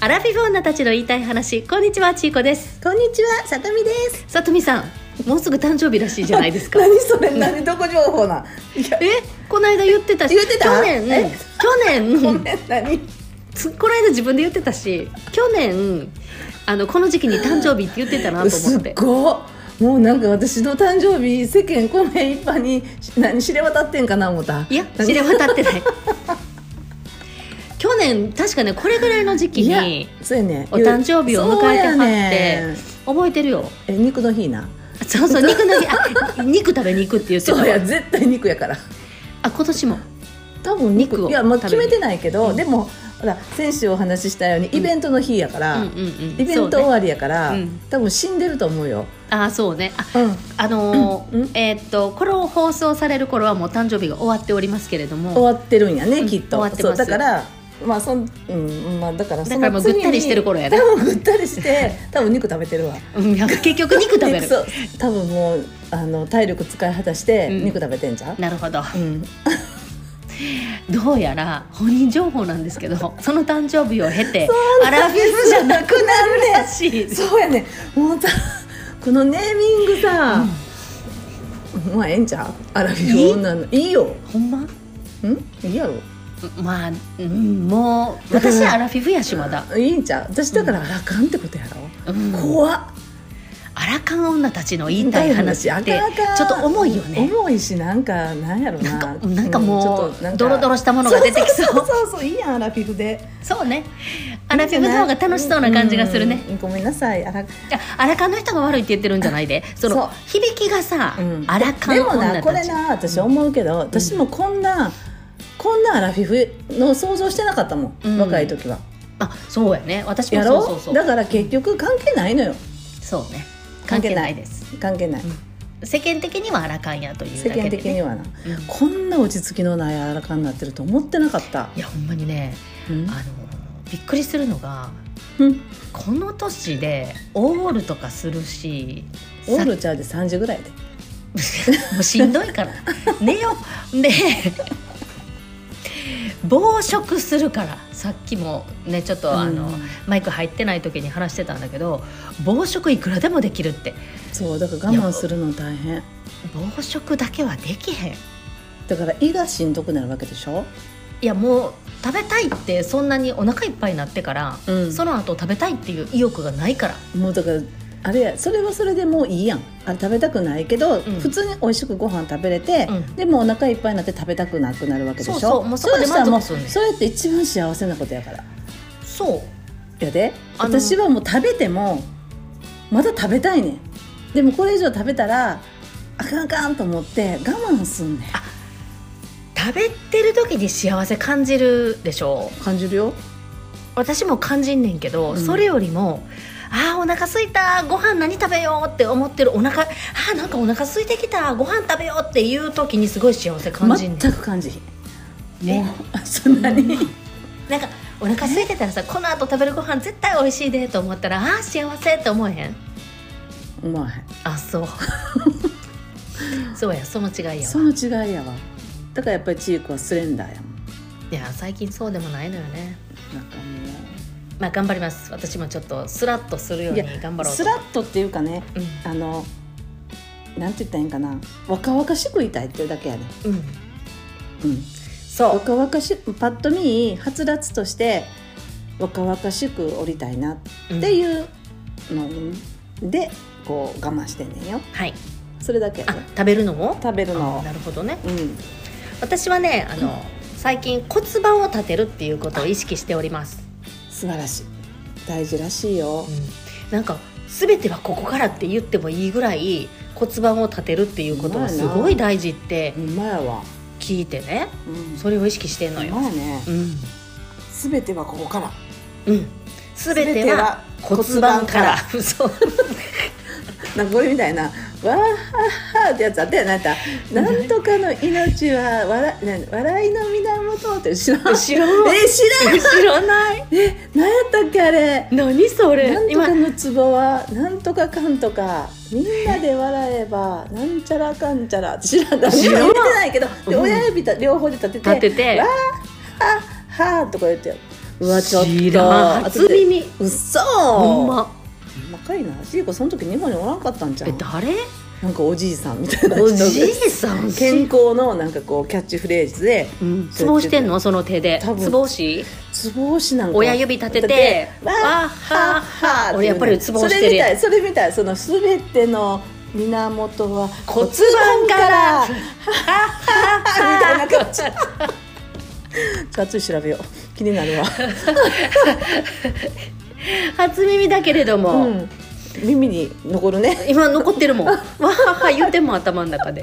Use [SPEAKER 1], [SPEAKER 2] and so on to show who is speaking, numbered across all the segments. [SPEAKER 1] アラフィフ女たちの言いたい話こんにちはちいこです
[SPEAKER 2] こんにちは、さとみです。
[SPEAKER 1] さとみさんもうすぐ誕生日らしいじゃない ですか
[SPEAKER 2] 何それ、何どこ情報なん。いや、
[SPEAKER 1] えこの間言ってたし
[SPEAKER 2] 言ってた
[SPEAKER 1] 去年
[SPEAKER 2] え
[SPEAKER 1] 去
[SPEAKER 2] ご
[SPEAKER 1] 年
[SPEAKER 2] めん、何。
[SPEAKER 1] つこの間自分で言ってたし去年あのこの時期に誕生日って言ってたなと思
[SPEAKER 2] す
[SPEAKER 1] っ
[SPEAKER 2] ってごい。もうなんか私の誕生日世間公明一般に何知れ渡ってんかな思った
[SPEAKER 1] いや
[SPEAKER 2] 何
[SPEAKER 1] 知れ渡ってない去年確かねこれぐらいの時期
[SPEAKER 2] いや
[SPEAKER 1] に
[SPEAKER 2] そうやね
[SPEAKER 1] お誕生日を迎えてはって
[SPEAKER 2] そうやね
[SPEAKER 1] 覚えてるよ
[SPEAKER 2] え肉の日な
[SPEAKER 1] そうそう肉の日あ肉食べに行くって言ってた
[SPEAKER 2] そう
[SPEAKER 1] わ
[SPEAKER 2] や絶対肉やから
[SPEAKER 1] あ今年も
[SPEAKER 2] 多分肉
[SPEAKER 1] 肉を
[SPEAKER 2] いやもう
[SPEAKER 1] 食べ
[SPEAKER 2] 決
[SPEAKER 1] に
[SPEAKER 2] めてないけど、
[SPEAKER 1] うん
[SPEAKER 2] でもほら先週お話ししたようにイベントの日やから、
[SPEAKER 1] うんうんうん
[SPEAKER 2] イベント
[SPEAKER 1] そう
[SPEAKER 2] 終
[SPEAKER 1] ね
[SPEAKER 2] わりやから、
[SPEAKER 1] うん
[SPEAKER 2] 多分死んでると思うよ、
[SPEAKER 1] あそうねあ
[SPEAKER 2] うん、
[SPEAKER 1] あのー
[SPEAKER 2] うんうん
[SPEAKER 1] えーっとこれを放送される頃はもう誕生日が終わっておりますけれど
[SPEAKER 2] 終
[SPEAKER 1] も
[SPEAKER 2] わってるんやね、
[SPEAKER 1] うん
[SPEAKER 2] きっと
[SPEAKER 1] 終わってます
[SPEAKER 2] そうだからまあそんうんまあだからそ
[SPEAKER 1] だからもうぐったりしてる頃やな
[SPEAKER 2] ね多分ぐった りして多分肉食べてるわ
[SPEAKER 1] うんいや結局肉食べ
[SPEAKER 2] 肉
[SPEAKER 1] る
[SPEAKER 2] そう多分もうあの体力使い果たして
[SPEAKER 1] うん
[SPEAKER 2] 肉食べてんじゃん、
[SPEAKER 1] なるほど
[SPEAKER 2] うん、
[SPEAKER 1] どうやら本人情報なんですけどその誕生日を経てアラフィフじゃなく
[SPEAKER 2] くな
[SPEAKER 1] なるらしい
[SPEAKER 2] そうやねもうさこのネーミングさ、まあええんちゃうアラフィフ女のいいよ
[SPEAKER 1] ほんま
[SPEAKER 2] んいいやろ
[SPEAKER 1] まあ、うん、もう
[SPEAKER 2] だから
[SPEAKER 1] 私アラフィフやしまだ、
[SPEAKER 2] いいんちゃう私だからあらかんってことやろ、
[SPEAKER 1] うん、
[SPEAKER 2] 怖っ
[SPEAKER 1] アラカン女たちの言いたい話って
[SPEAKER 2] あかんあかん
[SPEAKER 1] ちょっと重いよね
[SPEAKER 2] 重いしなんかなんやろな
[SPEAKER 1] なんかなんかも
[SPEAKER 2] んちょっとなん
[SPEAKER 1] う
[SPEAKER 2] か
[SPEAKER 1] ドロドロしたものが出てきそう
[SPEAKER 2] そうそうそういいやんアラフィフで
[SPEAKER 1] そうねアラフィフの方が楽しそうな感じがするね、
[SPEAKER 2] うんごめんなさいアラ
[SPEAKER 1] じゃあアラカンの人が悪いって言ってるんじゃないでその
[SPEAKER 2] そう
[SPEAKER 1] 響きがさ、
[SPEAKER 2] うん
[SPEAKER 1] アラカン
[SPEAKER 2] でも
[SPEAKER 1] 女
[SPEAKER 2] なこ
[SPEAKER 1] た
[SPEAKER 2] れ
[SPEAKER 1] ち
[SPEAKER 2] な私思うけど私もこんなこんなアラフィフの想像してなかったも
[SPEAKER 1] うん
[SPEAKER 2] ん若い時は
[SPEAKER 1] あそうやね私も
[SPEAKER 2] や
[SPEAKER 1] そう
[SPEAKER 2] ろ
[SPEAKER 1] そうそう
[SPEAKER 2] だから結局関係ないのよ
[SPEAKER 1] そうね関係ないです
[SPEAKER 2] 関係ない
[SPEAKER 1] 世間的にはアラカンやという
[SPEAKER 2] 世
[SPEAKER 1] だけ
[SPEAKER 2] 間
[SPEAKER 1] で、ね、
[SPEAKER 2] 的にはな
[SPEAKER 1] うん
[SPEAKER 2] こんな落ち着きのないアラカンになってると思ってなかった
[SPEAKER 1] いやほんまにね
[SPEAKER 2] うん
[SPEAKER 1] あのびっくりするのが
[SPEAKER 2] うん
[SPEAKER 1] この年でオールとかするし
[SPEAKER 2] オー
[SPEAKER 1] さ
[SPEAKER 2] ルちゃうで3時ぐらいで
[SPEAKER 1] もうしんどいから寝よで暴食するからさっきもねちょっとあの、
[SPEAKER 2] うん
[SPEAKER 1] マイク入ってない時に話してたんだけど暴食いくらでもできるって
[SPEAKER 2] そうだから我慢するの大変
[SPEAKER 1] 暴食だけはできへんい
[SPEAKER 2] だから胃がしんどくなるわけでしょ、
[SPEAKER 1] やもう食べたいってそんなにお腹いっぱいになってから、
[SPEAKER 2] うん
[SPEAKER 1] その後食べたいっていう意欲がないから
[SPEAKER 2] もうだからあれやそれはそれでもういいやんあれ食べたくないけど、普通に美味しくご飯食べれて、
[SPEAKER 1] うん
[SPEAKER 2] でもお腹いっぱいになって食べたくなくなるわけでしょ
[SPEAKER 1] そうそうもうそこで
[SPEAKER 2] したら
[SPEAKER 1] 満足するね
[SPEAKER 2] もうそれって一番幸せなことやから
[SPEAKER 1] そう
[SPEAKER 2] やで
[SPEAKER 1] あの
[SPEAKER 2] 私はもう食べてもまだ食べたいねんでもこれ以上食べたらあかんあかんと思って我慢すんねん
[SPEAKER 1] 食べてる時に幸せ感じるでしょ
[SPEAKER 2] 感じるよ
[SPEAKER 1] 私も感じんねんけど、
[SPEAKER 2] うん
[SPEAKER 1] それよりもあーお腹空いたご飯何食べようって思ってるお腹あーなんかお腹空いてきたご飯食べようっていう時にすごい幸せ感じんねん
[SPEAKER 2] 全く感じひん
[SPEAKER 1] え
[SPEAKER 2] もうそんなに
[SPEAKER 1] なんかお腹空いてたらさこの後食べるご飯絶対美味しいでと思ったらあー幸せって思えへん
[SPEAKER 2] 思わへん
[SPEAKER 1] あそう そうやその違いや
[SPEAKER 2] そ
[SPEAKER 1] わ
[SPEAKER 2] の違いやわだからやっぱりチークはスレンダーやも
[SPEAKER 1] い
[SPEAKER 2] ん
[SPEAKER 1] や最近そうでもないのよね
[SPEAKER 2] なんかも
[SPEAKER 1] まあ頑張ります私もちょっとスラッとするよう
[SPEAKER 2] う
[SPEAKER 1] に
[SPEAKER 2] いや
[SPEAKER 1] 頑張ろうと
[SPEAKER 2] スラッとっていうかねあのなんて言ったらいいんかな若々しくいたいっていうだけやね、
[SPEAKER 1] うん、うん、
[SPEAKER 2] うん、
[SPEAKER 1] そう
[SPEAKER 2] 若々しパッと見はつらつとして若々しく降りたいなっ
[SPEAKER 1] うん
[SPEAKER 2] ていうので、こう我慢してんねんよ
[SPEAKER 1] はい
[SPEAKER 2] それだけや
[SPEAKER 1] あ
[SPEAKER 2] ね
[SPEAKER 1] 食べるのも
[SPEAKER 2] 食べるのを
[SPEAKER 1] あなるほどね
[SPEAKER 2] うん
[SPEAKER 1] 私はねあの、最近骨盤を立てるっていうことを意識しております、
[SPEAKER 2] 素晴らしい大事らしいよ
[SPEAKER 1] うん、なんか全てはここからって言ってもいいぐらい骨盤を立てるっていうことがすごい大事って
[SPEAKER 2] ほんまやわ
[SPEAKER 1] 聞いてね
[SPEAKER 2] うん
[SPEAKER 1] それを意識してんのよ
[SPEAKER 2] ほんまやね
[SPEAKER 1] うん
[SPEAKER 2] 全てはここから
[SPEAKER 1] うん全ては骨盤からそう
[SPEAKER 2] なんかこれみたいな「わーはーはーってやつあったよなんか「なんとかの命は笑なん笑いの源」って知ら ん
[SPEAKER 1] 知らん
[SPEAKER 2] え知らん
[SPEAKER 1] 知らない
[SPEAKER 2] え何やったっけあれ
[SPEAKER 1] 何それ
[SPEAKER 2] なんと
[SPEAKER 1] 今
[SPEAKER 2] かのツボはなんとかかんとかみんなで笑えばなんちゃらかんちゃら知らん何も
[SPEAKER 1] 知
[SPEAKER 2] 言
[SPEAKER 1] らん
[SPEAKER 2] えてないけどで
[SPEAKER 1] うん
[SPEAKER 2] 親指た両方で立てて
[SPEAKER 1] 立てて
[SPEAKER 2] わーはーはーとか言ってううわちょっ
[SPEAKER 1] 知らん
[SPEAKER 2] と
[SPEAKER 1] 初耳
[SPEAKER 2] うっそ
[SPEAKER 1] ほんま
[SPEAKER 2] 若いなジーコその時日本におらんかったんじゃ
[SPEAKER 1] え
[SPEAKER 2] ん
[SPEAKER 1] 誰
[SPEAKER 2] なんかおじいさんみたいな人
[SPEAKER 1] お
[SPEAKER 2] が
[SPEAKER 1] じいさん
[SPEAKER 2] 健康のなんかこうキャッチフレーズで
[SPEAKER 1] うんツボ押してんのその手で
[SPEAKER 2] 多分
[SPEAKER 1] ツボ押し
[SPEAKER 2] つぼ押しなんか
[SPEAKER 1] 親指立てて
[SPEAKER 2] わ
[SPEAKER 1] わー
[SPEAKER 2] あ
[SPEAKER 1] はー
[SPEAKER 2] は
[SPEAKER 1] は
[SPEAKER 2] は
[SPEAKER 1] ー俺やっぱりツボ押して
[SPEAKER 2] それ
[SPEAKER 1] る
[SPEAKER 2] み
[SPEAKER 1] や
[SPEAKER 2] た
[SPEAKER 1] ん
[SPEAKER 2] いそれみたいそのすべての源は
[SPEAKER 1] 骨
[SPEAKER 2] 骨
[SPEAKER 1] 盤
[SPEAKER 2] 盤
[SPEAKER 1] か
[SPEAKER 2] からら
[SPEAKER 1] は
[SPEAKER 2] はは みたいな感じちょっと後で調べよう気になる わ、
[SPEAKER 1] 初耳だけれども、
[SPEAKER 2] うん、耳に残るね
[SPEAKER 1] 今残ってるもんわーはー言うてんもん頭の中で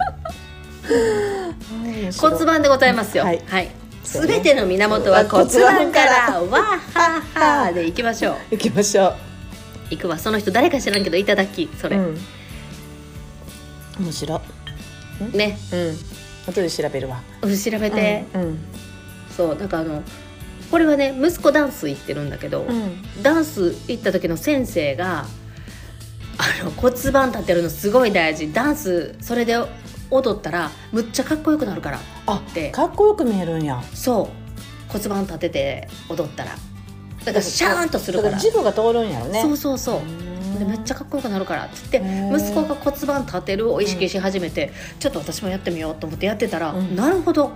[SPEAKER 1] 骨盤でございますよは
[SPEAKER 2] はいい、
[SPEAKER 1] すべての源は骨盤からわーはーはーでいきましょう
[SPEAKER 2] 行きましょう
[SPEAKER 1] いくわその人誰か知らんけどいただきそれ、
[SPEAKER 2] うん、面白い
[SPEAKER 1] ね
[SPEAKER 2] うん後で調べるわ
[SPEAKER 1] うん調べて、
[SPEAKER 2] うんうん
[SPEAKER 1] そうなんかあのこれはね息子ダンス行ってるんだけど、
[SPEAKER 2] うん
[SPEAKER 1] ダンス行った時の先生があの骨盤立てるのすごい大事ダンスそれで踊ったらむっちゃかっこよくなるから
[SPEAKER 2] あ
[SPEAKER 1] で
[SPEAKER 2] かっこよく見えるんや
[SPEAKER 1] そう骨盤立てて踊ったらだからシャーンとするから
[SPEAKER 2] だから軸が通るんやろね
[SPEAKER 1] そうそうそうでめっちゃ
[SPEAKER 2] ゃ
[SPEAKER 1] かっこよくなるからって言っ
[SPEAKER 2] へ
[SPEAKER 1] て
[SPEAKER 2] ー
[SPEAKER 1] 息子が骨盤立てるを意識し始めて、ちょっと私もやってみようと思ってやってたら、
[SPEAKER 2] うん
[SPEAKER 1] なるほど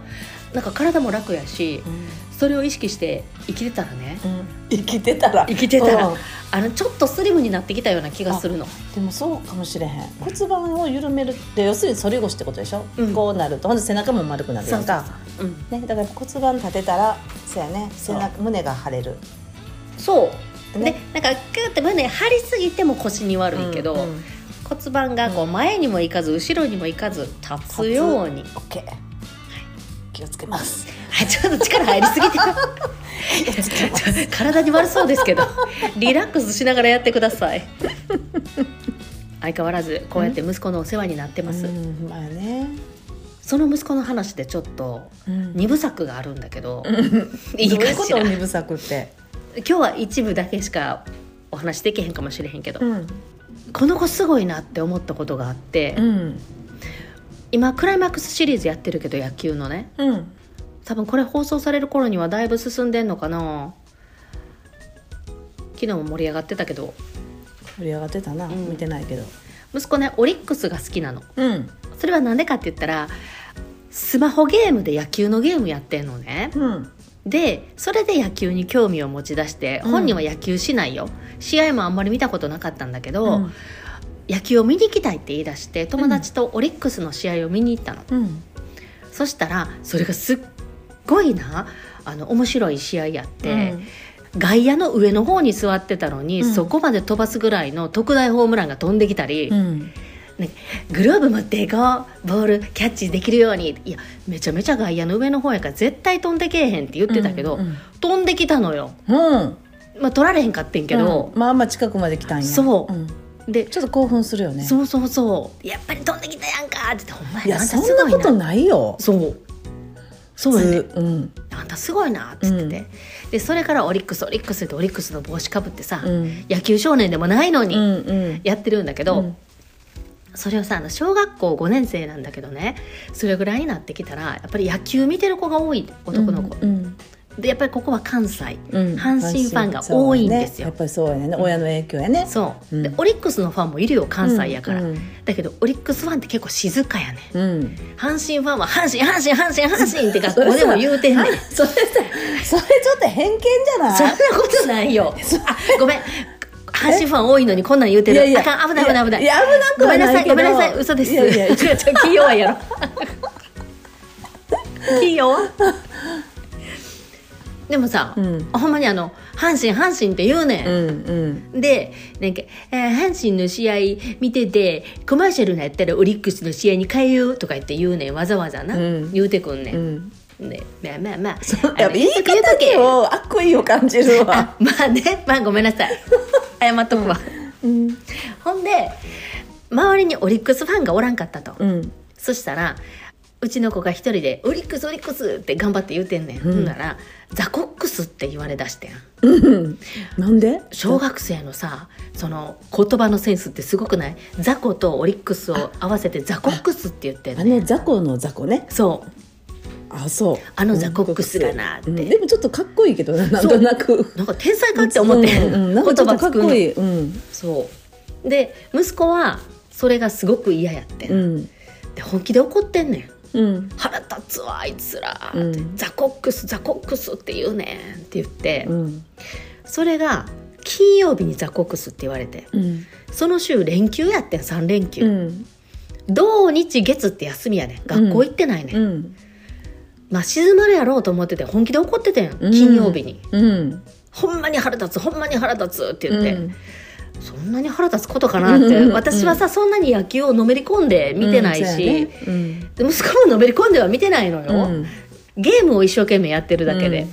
[SPEAKER 1] なんか体も楽やしそれを意識して生きてたらね
[SPEAKER 2] 生きてたら
[SPEAKER 1] 生きてたら
[SPEAKER 2] うん
[SPEAKER 1] あのちょっとスリムになってきたような気がするの
[SPEAKER 2] でもそうかもしれへん骨盤を緩めるって要するに反り腰ってことでしょ、
[SPEAKER 1] うん
[SPEAKER 2] こうなるとほんで背中も丸くなる
[SPEAKER 1] そ
[SPEAKER 2] や
[SPEAKER 1] うんそう
[SPEAKER 2] か
[SPEAKER 1] そう、うん、
[SPEAKER 2] ね、だから骨盤立てたらそうやね
[SPEAKER 1] そ
[SPEAKER 2] 背
[SPEAKER 1] う
[SPEAKER 2] 中胸が腫れる
[SPEAKER 1] そうで
[SPEAKER 2] ね
[SPEAKER 1] なんかグーって胸張りすぎても腰に悪いけど、
[SPEAKER 2] うんうん
[SPEAKER 1] 骨盤がこう
[SPEAKER 2] うん
[SPEAKER 1] 前にもいかず後ろにもいかず立つように
[SPEAKER 2] オッケー気をつけます
[SPEAKER 1] はい ちょっと力入りすぎて
[SPEAKER 2] 気をつけます
[SPEAKER 1] 体に悪そうですけどリラックスしながらやってください相変わらずこうやって息子のお世話になってます、
[SPEAKER 2] うん、まあね、
[SPEAKER 1] その息子の話でちょっと
[SPEAKER 2] うん
[SPEAKER 1] 二部作があるんだけど、い
[SPEAKER 2] い
[SPEAKER 1] い
[SPEAKER 2] い
[SPEAKER 1] か
[SPEAKER 2] こ
[SPEAKER 1] し
[SPEAKER 2] と
[SPEAKER 1] ら
[SPEAKER 2] を二
[SPEAKER 1] 今
[SPEAKER 2] 部作って、
[SPEAKER 1] 日は一部だけしかお話できへんかもしれへんけど、
[SPEAKER 2] うん
[SPEAKER 1] この子すごいなって思ったことがあって、
[SPEAKER 2] うん
[SPEAKER 1] 今クライマックスシリーズやってるけど野球のね
[SPEAKER 2] うん、
[SPEAKER 1] 多分これ放送される頃にはだいぶ進んでんのかな昨日も盛り上がってたけど
[SPEAKER 2] 盛り上がってたな、
[SPEAKER 1] うん
[SPEAKER 2] 見てないけど、
[SPEAKER 1] 息子ねオリックスが好きなの
[SPEAKER 2] うん
[SPEAKER 1] それはなんでかって言ったらスマホゲームで野球のゲームやってんのね
[SPEAKER 2] うん
[SPEAKER 1] でそれで野球に興味を持ち出して
[SPEAKER 2] うん
[SPEAKER 1] 本人は野球しないよ、試合もあんまり見たことなかったんだけど、
[SPEAKER 2] うん
[SPEAKER 1] 野球を見に行きたいって言い出して友達とオリックスの試合を見に行ったの、
[SPEAKER 2] うん
[SPEAKER 1] そしたらそれがすっごいなあの面白い試合やって、外野の上の方に座ってたのに、
[SPEAKER 2] うん
[SPEAKER 1] そこまで飛ばすぐらいの特大ホームランが飛んできたり、
[SPEAKER 2] うん
[SPEAKER 1] グローブ持っていこうボールキャッチできるようにいやめちゃめちゃ外野の上の方やから絶対飛んでけえへんって言ってたけど、
[SPEAKER 2] うん
[SPEAKER 1] 飛んできたのよ、
[SPEAKER 2] うんうん
[SPEAKER 1] まあ、取られへんかってんけど
[SPEAKER 2] う、んまあまあ近くまで来たんや
[SPEAKER 1] そうんで、
[SPEAKER 2] ちょっと興奮するよね
[SPEAKER 1] そうそうそうやっぱり飛んできたやんかって言ってほんま
[SPEAKER 2] い
[SPEAKER 1] や
[SPEAKER 2] や
[SPEAKER 1] なあん
[SPEAKER 2] そ
[SPEAKER 1] た
[SPEAKER 2] ん
[SPEAKER 1] すご
[SPEAKER 2] ないこと
[SPEAKER 1] な
[SPEAKER 2] ないよ
[SPEAKER 1] そうそうやね
[SPEAKER 2] 普通うん
[SPEAKER 1] あんたすごいなって言ってて、でそれからオリックスオリックスってオリックスの帽子かぶってさ、
[SPEAKER 2] うん
[SPEAKER 1] 野球少年でもないの
[SPEAKER 2] う
[SPEAKER 1] に
[SPEAKER 2] んうん
[SPEAKER 1] やってるんだけど、
[SPEAKER 2] うん
[SPEAKER 1] それをさあの小学校5年生なんだけどねそれぐらいになってきたらやっぱり野球見てる子が多い男の子、
[SPEAKER 2] うん
[SPEAKER 1] でやっぱりここは関西
[SPEAKER 2] うん
[SPEAKER 1] 阪神ファンが多いんですよ
[SPEAKER 2] そうやねやっぱりそうやね親の影響やね
[SPEAKER 1] そう、
[SPEAKER 2] うん
[SPEAKER 1] でオリックスのファンもいるよ関西やから、
[SPEAKER 2] うん
[SPEAKER 1] だけどオリックスファンって結構静かやね
[SPEAKER 2] うん
[SPEAKER 1] 阪神ファンは阪神阪神阪神阪神って学校でも言うてんねん
[SPEAKER 2] それさそれちょっと偏見じゃ
[SPEAKER 1] そん
[SPEAKER 2] な
[SPEAKER 1] ないことないよ。あ、ごめん。阪神ファン多いのにこんなん言うてる。あかん、危ない危ない危ない。
[SPEAKER 2] いや危
[SPEAKER 1] ご
[SPEAKER 2] な
[SPEAKER 1] め
[SPEAKER 2] くは
[SPEAKER 1] んなさ、
[SPEAKER 2] ないいけ
[SPEAKER 1] ご
[SPEAKER 2] ど
[SPEAKER 1] めんなさい、嘘です。
[SPEAKER 2] いやいや
[SPEAKER 1] 違う違う、気弱いやろ。気弱。でもさ、
[SPEAKER 2] うん
[SPEAKER 1] ほんまにあの、阪神阪神って言うねん。
[SPEAKER 2] うんうん
[SPEAKER 1] で、なんか、えー阪神の試合見てて、コマーシャルがやったらオリックスの試合に変えようとか言って言うねん、わざわざな。
[SPEAKER 2] うん
[SPEAKER 1] 言うてくんね。
[SPEAKER 2] うんん
[SPEAKER 1] で、まあまあまあ、
[SPEAKER 2] そう
[SPEAKER 1] あ
[SPEAKER 2] やっ
[SPEAKER 1] の
[SPEAKER 2] ぱ言い
[SPEAKER 1] 言うとけ
[SPEAKER 2] 方を悪意を感じるわ
[SPEAKER 1] あまあねまあごめんなさい謝っとくわ、
[SPEAKER 2] うん
[SPEAKER 1] ほんで周りにオリックスファンがおらんかったと、
[SPEAKER 2] うん
[SPEAKER 1] そしたらうちの子が一人で「オリックスオリックス」って頑張って言うてんねん、ほんなら「ザコックス」って言われだしてん
[SPEAKER 2] うんなんで
[SPEAKER 1] 小学生のさその言葉のセンスってすごくないザコとオリックスを合わせてザコックスって言ってん
[SPEAKER 2] あ
[SPEAKER 1] ねん
[SPEAKER 2] の雑魚の雑魚ね
[SPEAKER 1] そ
[SPEAKER 2] あそう
[SPEAKER 1] あのザコックスがなって
[SPEAKER 2] うんでもちょっとかっこいいけどななんとなく
[SPEAKER 1] なんか天才かって思って、
[SPEAKER 2] うんうんなんかちょっとかっこいいうん
[SPEAKER 1] そうで息子はそれがすごく嫌やってん、
[SPEAKER 2] うん
[SPEAKER 1] で本気で怒ってんねん
[SPEAKER 2] うん
[SPEAKER 1] 腹立つわあいつら、
[SPEAKER 2] うん
[SPEAKER 1] ザコックスザコックスって言うねんって言って、
[SPEAKER 2] うん
[SPEAKER 1] それが金曜日にザコックスって言われて
[SPEAKER 2] うん
[SPEAKER 1] その週連休やってん3連休、
[SPEAKER 2] うん
[SPEAKER 1] 土日月って休みやねん学校行ってないねん、
[SPEAKER 2] うん
[SPEAKER 1] まあ静まるやろうと思ってて本気で怒っててん
[SPEAKER 2] うん
[SPEAKER 1] 金曜日に、
[SPEAKER 2] うん
[SPEAKER 1] ほんまに腹立つほんまに腹立つって言って、
[SPEAKER 2] うん
[SPEAKER 1] そんなに腹立つことかなって、
[SPEAKER 2] うんうんうん
[SPEAKER 1] 私はさそんなに野球をのめり込んで見てないし、
[SPEAKER 2] うん
[SPEAKER 1] で息子ものめり込んでは見てないの
[SPEAKER 2] そうや
[SPEAKER 1] よ、
[SPEAKER 2] ね
[SPEAKER 1] ゲームを一生懸命やってる
[SPEAKER 2] うん
[SPEAKER 1] だけで、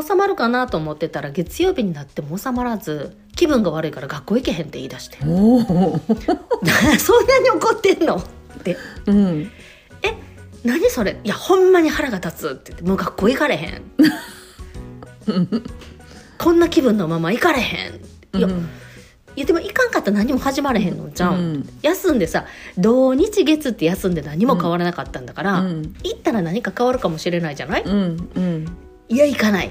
[SPEAKER 1] 収まるかなと思ってたら月曜日になっても収まらず気分が悪いから学校行けへんって言い出して
[SPEAKER 2] うんおー
[SPEAKER 1] そんなに怒ってんのって
[SPEAKER 2] うん
[SPEAKER 1] 何それいやほんまに腹が立つって言ってもう学校行かれへ んこんな気分のまま行かれへんいや
[SPEAKER 2] うん
[SPEAKER 1] 言っても行かんかったら何も始まれへんのじゃん、
[SPEAKER 2] うん
[SPEAKER 1] 休んでさ土日月って休んで何も変わらなかったんだから、
[SPEAKER 2] うん
[SPEAKER 1] 行ったら何か変わるかもしれないじゃない、
[SPEAKER 2] うんうん
[SPEAKER 1] いや行かないっ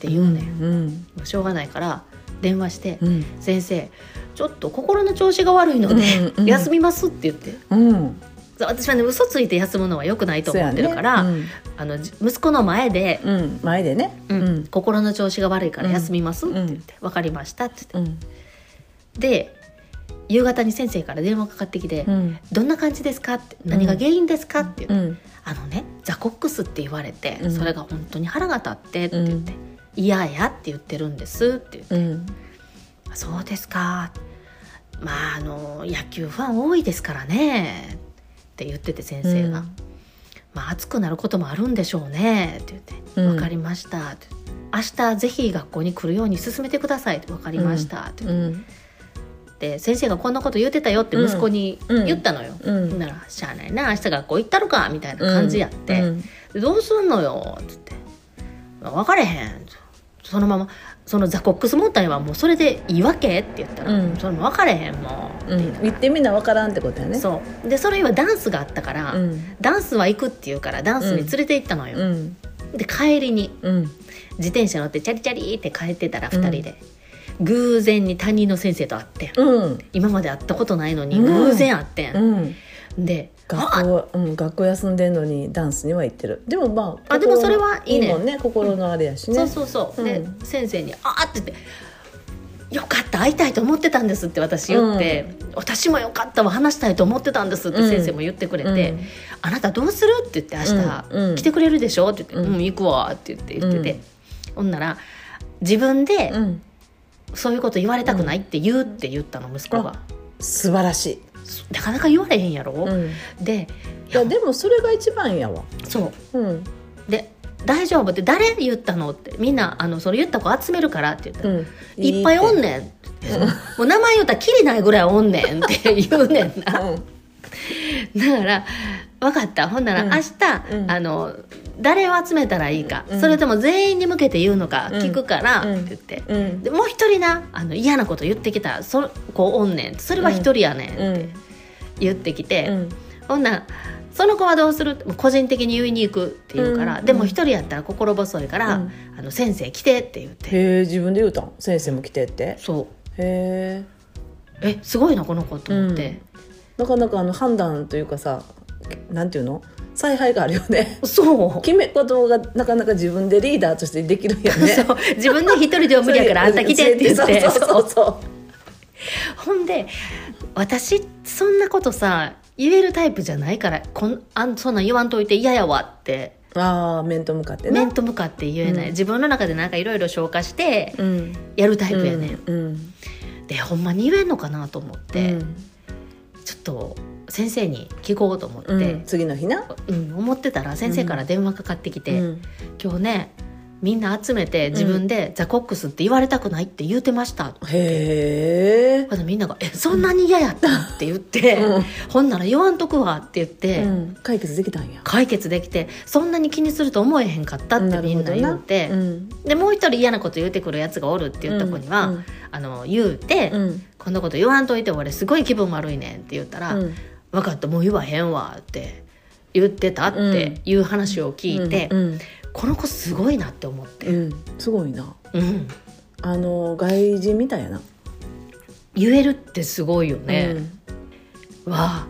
[SPEAKER 1] て言うね、ん
[SPEAKER 2] うん
[SPEAKER 1] もうしょうがないから電話して
[SPEAKER 2] うんうん
[SPEAKER 1] 「先生ちょっと心の調子が悪いので、
[SPEAKER 2] うんうん
[SPEAKER 1] 休みます」って言って
[SPEAKER 2] うん
[SPEAKER 1] そう私はね嘘ついて休むのは良くないと思ってるから、
[SPEAKER 2] そうやね
[SPEAKER 1] あのじ息子の前で
[SPEAKER 2] うんうん前でね
[SPEAKER 1] うん
[SPEAKER 2] うん
[SPEAKER 1] 心の調子が悪いから休みます」って言って
[SPEAKER 2] うん
[SPEAKER 1] 「分かりました」って言っ
[SPEAKER 2] うん
[SPEAKER 1] てで夕方に先生から電話かかってきて「
[SPEAKER 2] うん
[SPEAKER 1] どんな感じですか?」って「何が原因ですか?」って言って、
[SPEAKER 2] うん
[SPEAKER 1] あのねザコックスって言われて、
[SPEAKER 2] うん
[SPEAKER 1] それが本当に腹が立って」って言って「嫌、や」って言ってるんですって言って
[SPEAKER 2] うん
[SPEAKER 1] 「そうですか」まああの野球ファン多いですからねって言ってて先生が。まあ、熱くなることもあるんでしょうね」って言って「
[SPEAKER 2] うん
[SPEAKER 1] 分かりました」って明日ぜひ学校に来るように進めてください」って「分かりました」って
[SPEAKER 2] う
[SPEAKER 1] 言
[SPEAKER 2] ん
[SPEAKER 1] って「先生がこんなこと言ってたよ」って息子に
[SPEAKER 2] うん
[SPEAKER 1] 言ったのよ。
[SPEAKER 2] うん
[SPEAKER 1] なら「しゃあないな明日学校行ったろか」みたいな感じやって「
[SPEAKER 2] うん
[SPEAKER 1] でどうすんのよ」って言って「分かれへん」そのままそのザコックス問題はもうそれでいいわけって言ったら「
[SPEAKER 2] うん
[SPEAKER 1] それも分かれへんもう」って
[SPEAKER 2] う
[SPEAKER 1] 言った
[SPEAKER 2] ん
[SPEAKER 1] から
[SPEAKER 2] 言ってみんなわからんってことやね
[SPEAKER 1] そうでそれはダンスがあったから、
[SPEAKER 2] うん
[SPEAKER 1] ダンスは行くって言うからダンスに連れて行ったのよ、
[SPEAKER 2] うん
[SPEAKER 1] で帰りに
[SPEAKER 2] うん
[SPEAKER 1] 自転車乗ってチャリチャリって帰ってたら
[SPEAKER 2] うん
[SPEAKER 1] 2人で、偶然に担任の先生と会ってん
[SPEAKER 2] うん
[SPEAKER 1] 今まで会ったことないのに
[SPEAKER 2] うん
[SPEAKER 1] 偶然会って、
[SPEAKER 2] うんん
[SPEAKER 1] で
[SPEAKER 2] 学
[SPEAKER 1] あ
[SPEAKER 2] 校はうん学校休んでんのにダンスには行ってるでもまあ
[SPEAKER 1] あでもそれはいいね
[SPEAKER 2] もんね心のあれやしね
[SPEAKER 1] そうそうそう、で
[SPEAKER 2] う
[SPEAKER 1] 先生に「あーって言って「よかった会いたいと思ってたんです」って私言って「私もよかったわ話したいと思ってたんです」って
[SPEAKER 2] うん
[SPEAKER 1] 先生も言ってくれて「
[SPEAKER 2] うん
[SPEAKER 1] あなたどうする?」って言って「明日、
[SPEAKER 2] うんうん
[SPEAKER 1] 来てくれるでしょ?」って言って「う、
[SPEAKER 2] うんん
[SPEAKER 1] 行くわ」って言って言ってて、ほんなら自分で、
[SPEAKER 2] うん
[SPEAKER 1] そういうこと言われたくないって言うって言ったの息子が、
[SPEAKER 2] 素晴らしい
[SPEAKER 1] なかなか言われへんやろ、
[SPEAKER 2] うん
[SPEAKER 1] で
[SPEAKER 2] いやでもそれが一番やわ
[SPEAKER 1] そ
[SPEAKER 2] うん
[SPEAKER 1] うで「大丈夫」って「誰言ったの?」って「みんなあのそれ言った子集めるから」って言った
[SPEAKER 2] う
[SPEAKER 1] ら、
[SPEAKER 2] ん
[SPEAKER 1] いっぱいおんねん」もう名前言ったら「きりないぐらいおんねん」って言うねんな だから「分かったほんなら
[SPEAKER 2] うん
[SPEAKER 1] 明日、
[SPEAKER 2] うん
[SPEAKER 1] あの誰を集めたらいいか、
[SPEAKER 2] うん
[SPEAKER 1] それとも全員に向けて言うのか
[SPEAKER 2] うん
[SPEAKER 1] 聞くから」
[SPEAKER 2] うん
[SPEAKER 1] って言って。
[SPEAKER 2] うんうん
[SPEAKER 1] でもう一人なあの嫌なこと言ってきたそ子おんねんそれは一人やねんっ
[SPEAKER 2] う
[SPEAKER 1] て
[SPEAKER 2] ん
[SPEAKER 1] 言ってきて、
[SPEAKER 2] うん
[SPEAKER 1] ほんならその子はどうする個人的に言いに行くって言うから、
[SPEAKER 2] うん
[SPEAKER 1] でも一人やったら心細いから、
[SPEAKER 2] うん
[SPEAKER 1] あの先生来てって言って、
[SPEAKER 2] へえ自分で言うたん先生も来てって
[SPEAKER 1] そう
[SPEAKER 2] へえ
[SPEAKER 1] えすごいなこの子と思って、
[SPEAKER 2] なかなかあの判断というかさなんていうの采配があるよね
[SPEAKER 1] そう。
[SPEAKER 2] 決め事がなかなか自分でリーダーとしてできるんやね
[SPEAKER 1] そう自分で一人では無理やからあんた来てって言って
[SPEAKER 2] そうそうそうそう
[SPEAKER 1] そうほんで私そんなことさ言えるタイプじゃないからこんあんそんなん言わんといて嫌やわって
[SPEAKER 2] ああ面と向かってね
[SPEAKER 1] 面と向かって言えない、
[SPEAKER 2] うん
[SPEAKER 1] 自分の中でなんかいろいろ消化して
[SPEAKER 2] うん
[SPEAKER 1] やるタイプやね、ん
[SPEAKER 2] うん
[SPEAKER 1] でほんまに言えんのかなと思って、
[SPEAKER 2] うん
[SPEAKER 1] ちょっと先生に聞こうと思って、う
[SPEAKER 2] うん
[SPEAKER 1] ん
[SPEAKER 2] 次の日な
[SPEAKER 1] 思ってたら先生から電話かかってきて「
[SPEAKER 2] うん
[SPEAKER 1] 今日ねみんな集めて自分でザコックスって言われたくないって言うてました」
[SPEAKER 2] へえ
[SPEAKER 1] ほんでみんなが「えそんなに嫌やった?」って言って、
[SPEAKER 2] うん
[SPEAKER 1] ほんなら「言わんとくわ」って言って、
[SPEAKER 2] うん解決できたんや
[SPEAKER 1] 解決できて「そんなに気にすると思えへんかった」ってみんな言って、
[SPEAKER 2] うん
[SPEAKER 1] でもう一人嫌なこと言うてくるやつがおるって言った子には「
[SPEAKER 2] うん
[SPEAKER 1] あの言うて、
[SPEAKER 2] うん
[SPEAKER 1] こんなこと言わんといて俺すごい気分悪いねん」って言ったら「
[SPEAKER 2] うん
[SPEAKER 1] 分かったもう言わへんわ」って言ってたっていう話を聞いて、
[SPEAKER 2] うん
[SPEAKER 1] この子すごいなって思っ
[SPEAKER 2] う
[SPEAKER 1] て、
[SPEAKER 2] んすごいな
[SPEAKER 1] うん
[SPEAKER 2] あの外人みたいやな、
[SPEAKER 1] 言えるってすごいよね、は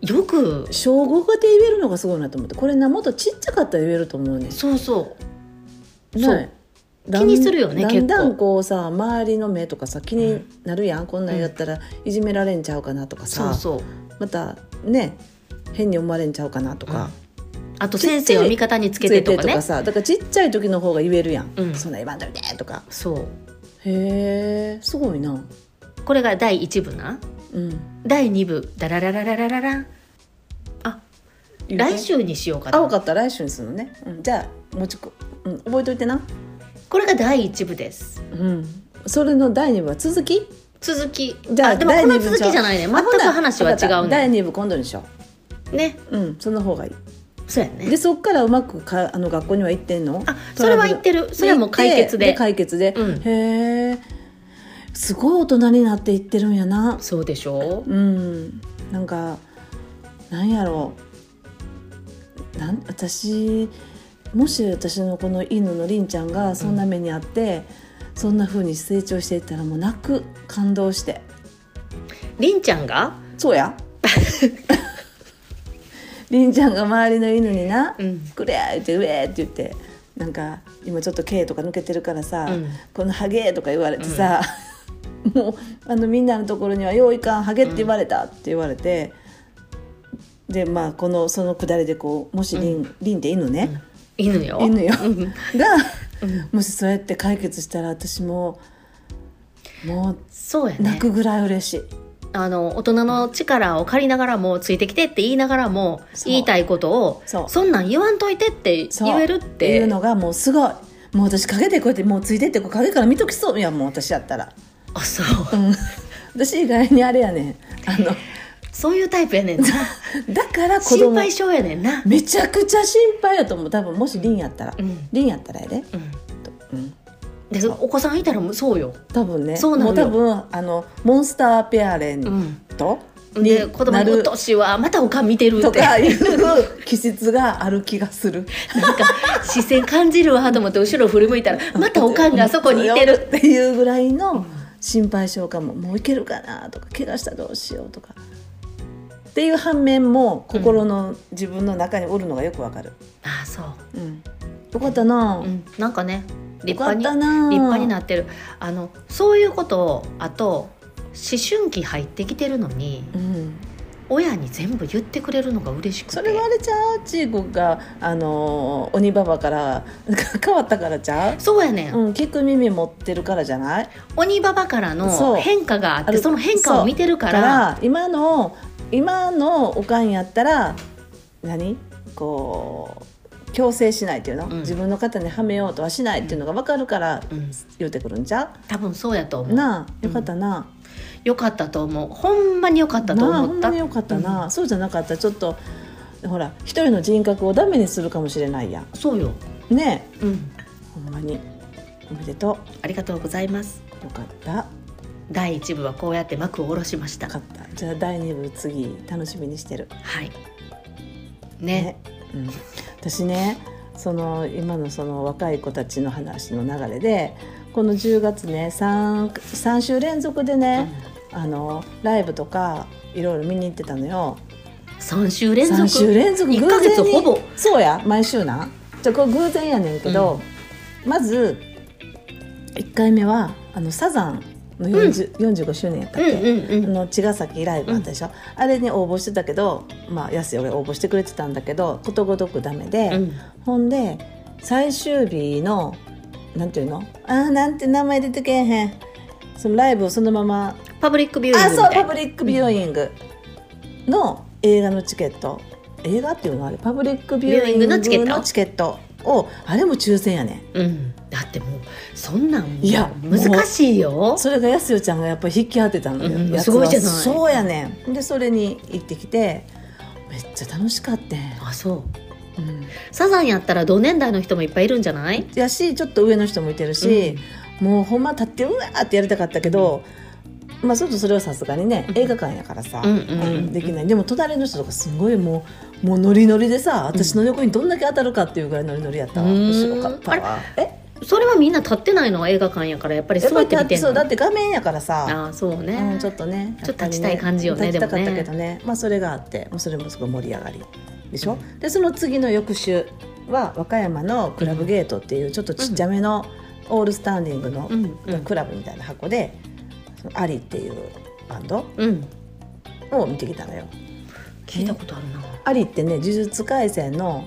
[SPEAKER 1] よく
[SPEAKER 2] うん、小語語で言えるのがすごいなと思ってこれなもっとちっちゃかったら言えると思うねん
[SPEAKER 1] そうそう
[SPEAKER 2] な
[SPEAKER 1] そう気にするよね
[SPEAKER 2] だん
[SPEAKER 1] 結構
[SPEAKER 2] だんこうさ周りの目とかさ気になるやん、こんなんやったらいじめられんちゃうかなとかさ、
[SPEAKER 1] そうそう
[SPEAKER 2] またね変に思われんちゃうかなとか、
[SPEAKER 1] あと先生を味方につけてとか
[SPEAKER 2] つい
[SPEAKER 1] ね
[SPEAKER 2] さだからちっちゃい時の方が言えるやん、
[SPEAKER 1] うん
[SPEAKER 2] そんな言わんといてとか
[SPEAKER 1] そ
[SPEAKER 2] へえすごいな
[SPEAKER 1] うこれが第1部な
[SPEAKER 2] うん
[SPEAKER 1] 第2部ダララララララランあ来週にしようか
[SPEAKER 2] あ分
[SPEAKER 1] な
[SPEAKER 2] かった来週にするのね、うん、じゃあもちこ、うん、覚えといてな
[SPEAKER 1] これが第1部です
[SPEAKER 2] うんそれの第2部は続き
[SPEAKER 1] 続き
[SPEAKER 2] じゃあ
[SPEAKER 1] あでも
[SPEAKER 2] 第
[SPEAKER 1] この
[SPEAKER 2] 二部
[SPEAKER 1] 続きじゃないね全
[SPEAKER 2] あほ
[SPEAKER 1] く
[SPEAKER 2] な
[SPEAKER 1] 話は
[SPEAKER 2] わかった
[SPEAKER 1] 違う
[SPEAKER 2] 第
[SPEAKER 1] ね
[SPEAKER 2] 2部今度にしよ
[SPEAKER 1] ね
[SPEAKER 2] ううんその方がいい
[SPEAKER 1] そうやね
[SPEAKER 2] でそっからうまくかあの学校には行ってんの
[SPEAKER 1] あそれは言ってるそれはもう解決で
[SPEAKER 2] 解決で、
[SPEAKER 1] うん
[SPEAKER 2] へえすごい大人になっていってるんやな
[SPEAKER 1] そうでしょ
[SPEAKER 2] うんなんかなんやろうなん私もし私のこの犬のりんちゃんがそんな目にあって、そんな風に成長していったらもう泣く感動して
[SPEAKER 1] りんちゃんが
[SPEAKER 2] そう やりんちゃんが周りの犬にな
[SPEAKER 1] うん
[SPEAKER 2] 「くれ!」って「うえ!」って言ってなんか今ちょっと毛とか抜けてるからさ「
[SPEAKER 1] うん
[SPEAKER 2] このハゲ!」とか言われてさ、 もうあのみんなのところには「よういかんハゲって言われた」って言われて、でまあこのそのくだりでこうもしりん、りんって犬ね、
[SPEAKER 1] 犬よ
[SPEAKER 2] 犬よ
[SPEAKER 1] うん
[SPEAKER 2] が、
[SPEAKER 1] うん
[SPEAKER 2] もしそうやって解決したら私ももう
[SPEAKER 1] そうや
[SPEAKER 2] 泣
[SPEAKER 1] ね
[SPEAKER 2] くぐらい嬉しい。
[SPEAKER 1] あの大人の力を借りながらもついてきてって言いながらも
[SPEAKER 2] そう
[SPEAKER 1] 言いたいことを
[SPEAKER 2] そう
[SPEAKER 1] そんなん言わんといてって
[SPEAKER 2] そう
[SPEAKER 1] 言えるっ
[SPEAKER 2] っていう
[SPEAKER 1] て
[SPEAKER 2] のがもうすごいもう私陰でこうやってもうついてってこう陰から見ときそういやもう私やったら、
[SPEAKER 1] あそう
[SPEAKER 2] うん、私意外にあれやねんあの
[SPEAKER 1] そういうタイプやねん な
[SPEAKER 2] だから子
[SPEAKER 1] 心
[SPEAKER 2] 供
[SPEAKER 1] 配性やねんな
[SPEAKER 2] めちゃくちゃ心配やと思う多分もし凛やったら、
[SPEAKER 1] うん
[SPEAKER 2] 凛やったらやで、
[SPEAKER 1] うん
[SPEAKER 2] うん、
[SPEAKER 1] でお子さんいたらもうそうよ
[SPEAKER 2] 多分ね
[SPEAKER 1] そうなの
[SPEAKER 2] も
[SPEAKER 1] よ
[SPEAKER 2] う多分あのモンスターペアレ
[SPEAKER 1] う
[SPEAKER 2] ン
[SPEAKER 1] ん
[SPEAKER 2] ト、に
[SPEAKER 1] で子供
[SPEAKER 2] な
[SPEAKER 1] の
[SPEAKER 2] る
[SPEAKER 1] 年はまたおかん見てる
[SPEAKER 2] と
[SPEAKER 1] って
[SPEAKER 2] かいう気質がある気がする
[SPEAKER 1] なんか視線感じるわと思って後ろ振り向いたらま たおかんがあそこにいて る
[SPEAKER 2] っていうぐらいの心配性かももういけるかなとか怪我したらどうしようとかっていう反面も心の自分の中におるのがよくわかる、
[SPEAKER 1] ああそう
[SPEAKER 2] うん、よかったな、
[SPEAKER 1] うん、なんかね立
[SPEAKER 2] よか
[SPEAKER 1] 派
[SPEAKER 2] っ
[SPEAKER 1] に
[SPEAKER 2] た
[SPEAKER 1] 立
[SPEAKER 2] な
[SPEAKER 1] 派になってるあのそういうことをあと思春期入ってきてるのに
[SPEAKER 2] うん、
[SPEAKER 1] 親に全部言ってくれるのが嬉しくて
[SPEAKER 2] それはあれちゃうちーこがあのー鬼ババから 変わったからちゃう、
[SPEAKER 1] そうやねん、
[SPEAKER 2] うん、聞く耳持ってるからじゃない
[SPEAKER 1] 鬼ババから
[SPEAKER 2] そ
[SPEAKER 1] の
[SPEAKER 2] う
[SPEAKER 1] 変化があっ
[SPEAKER 2] あ
[SPEAKER 1] て
[SPEAKER 2] る
[SPEAKER 1] その変化を見てるか
[SPEAKER 2] だ
[SPEAKER 1] ら
[SPEAKER 2] から今の今のおかんやったら何こう強制しないっていうの、
[SPEAKER 1] うん
[SPEAKER 2] 自分の肩にはめようとはしないっていうのが分かるから
[SPEAKER 1] うん、
[SPEAKER 2] 言うてくるんじゃ
[SPEAKER 1] 多分そうやと
[SPEAKER 2] う、
[SPEAKER 1] 思う
[SPEAKER 2] なあよかったな、
[SPEAKER 1] よかったと思うほんまによかったと
[SPEAKER 2] なあほ
[SPEAKER 1] 思っ
[SPEAKER 2] んま
[SPEAKER 1] た
[SPEAKER 2] によかったな、そうじゃなかったらちょっとほら一人の人格をダメにするかもしれないや
[SPEAKER 1] そうよ、
[SPEAKER 2] んね
[SPEAKER 1] うん、
[SPEAKER 2] えほんまにおめでと
[SPEAKER 1] ありがとうございます
[SPEAKER 2] うよかった
[SPEAKER 1] 第1部はこうやって幕を下ろしました
[SPEAKER 2] よかったじゃあ第2部次楽しみにしてる
[SPEAKER 1] はいね
[SPEAKER 2] ね、うん、私ねその今のその若い子たちの話の流れでこの10月ね 3, 3週連続でね、あのライブとかいろいろ見に行ってたのよ
[SPEAKER 1] 3週連続
[SPEAKER 2] 3週連続
[SPEAKER 1] 一
[SPEAKER 2] 偶
[SPEAKER 1] ヶ
[SPEAKER 2] 然
[SPEAKER 1] 月
[SPEAKER 2] に
[SPEAKER 1] ほぼ
[SPEAKER 2] そうや毎週なじゃあこれ偶然やねんけど、まず1回目はあのサザンの40、45周年やったっけ、
[SPEAKER 1] うんうん
[SPEAKER 2] あ
[SPEAKER 1] うん
[SPEAKER 2] の茅ヶ崎ライブあったでしょ、あれに応募してたけどまあやすよが応募してくれてたんだけどことごとくダメで、
[SPEAKER 1] うん
[SPEAKER 2] ほんで最終日のなんていうのあーなんて名前出てけえへんそのライブをそのまま
[SPEAKER 1] パブリックビューイン
[SPEAKER 2] あ
[SPEAKER 1] グみた
[SPEAKER 2] そう
[SPEAKER 1] い
[SPEAKER 2] パブリックビューイングの映画のチケット映画っていうのはあれパブリックビューイングのチ
[SPEAKER 1] ビューイングのチ
[SPEAKER 2] ケットをあれも抽選やね
[SPEAKER 1] うん、だってもうそんなんもう
[SPEAKER 2] いや
[SPEAKER 1] 難しいよ
[SPEAKER 2] んそれがやすよちゃんがやっぱり引き当てたのよ、
[SPEAKER 1] うん
[SPEAKER 2] やつ
[SPEAKER 1] す
[SPEAKER 2] は
[SPEAKER 1] ごいじゃない
[SPEAKER 2] そうやねんでそれに行ってきてめっちゃ楽しかった、
[SPEAKER 1] あそう
[SPEAKER 2] うん、
[SPEAKER 1] サザンやったら同年代の人もいっぱいいるんじゃない
[SPEAKER 2] やしちょっと上の人もいてるし、もうほんま立ってうわーってやりたかったけど、まあちょっとそれはさすがにね
[SPEAKER 1] うん
[SPEAKER 2] 映画館やからさ、
[SPEAKER 1] うんうんうんうん
[SPEAKER 2] うんできないでも隣の人とかすごいもうもうノリノリでさ私の横にどんだけ当たるかっていうぐらいノリノリやったわ
[SPEAKER 1] うーん
[SPEAKER 2] 面白かったわえ
[SPEAKER 1] それはみんな立ってないの映画館やからやっぱり
[SPEAKER 2] やっ
[SPEAKER 1] 座
[SPEAKER 2] ぱ
[SPEAKER 1] っ
[SPEAKER 2] り
[SPEAKER 1] て
[SPEAKER 2] だっ
[SPEAKER 1] 見て
[SPEAKER 2] て
[SPEAKER 1] ん
[SPEAKER 2] そう
[SPEAKER 1] の
[SPEAKER 2] だって画面やからさ、
[SPEAKER 1] ああそうね、
[SPEAKER 2] うん、ちょっとね
[SPEAKER 1] ちょっと
[SPEAKER 2] やぱり
[SPEAKER 1] 立ちたい感じよね
[SPEAKER 2] 立ちたかった
[SPEAKER 1] でもね
[SPEAKER 2] けどねまあそれがあってもうそれもすごい盛り上がりでしょ、でその次の翌週は和歌山のクラブゲートっていうちょっとちっちゃめのオールスタンディングの
[SPEAKER 1] うんうん
[SPEAKER 2] クラブみたいな箱で、そのアリっていうバンド
[SPEAKER 1] うん
[SPEAKER 2] を見てきたのよ。
[SPEAKER 1] 聞いたことあるな
[SPEAKER 2] アリってね呪術廻戦の